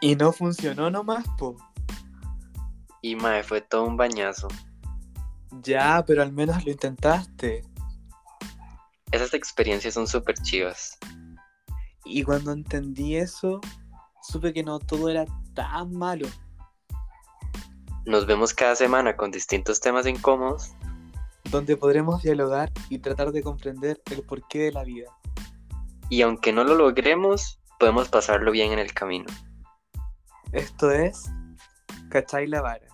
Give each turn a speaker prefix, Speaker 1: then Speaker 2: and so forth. Speaker 1: Y no funcionó nomás, po.
Speaker 2: Y mae, fue todo un bañazo.
Speaker 1: Ya, pero al menos lo intentaste.
Speaker 2: Esas experiencias son súper chivas.
Speaker 1: Y cuando entendí eso, supe que no todo era tan malo.
Speaker 2: Nos vemos cada semana con distintos temas incómodos.
Speaker 1: Donde podremos dialogar y tratar de comprender el porqué de la vida.
Speaker 2: Y aunque no lo logremos, podemos pasarlo bien en el camino.
Speaker 1: Esto es Cachai la Vara.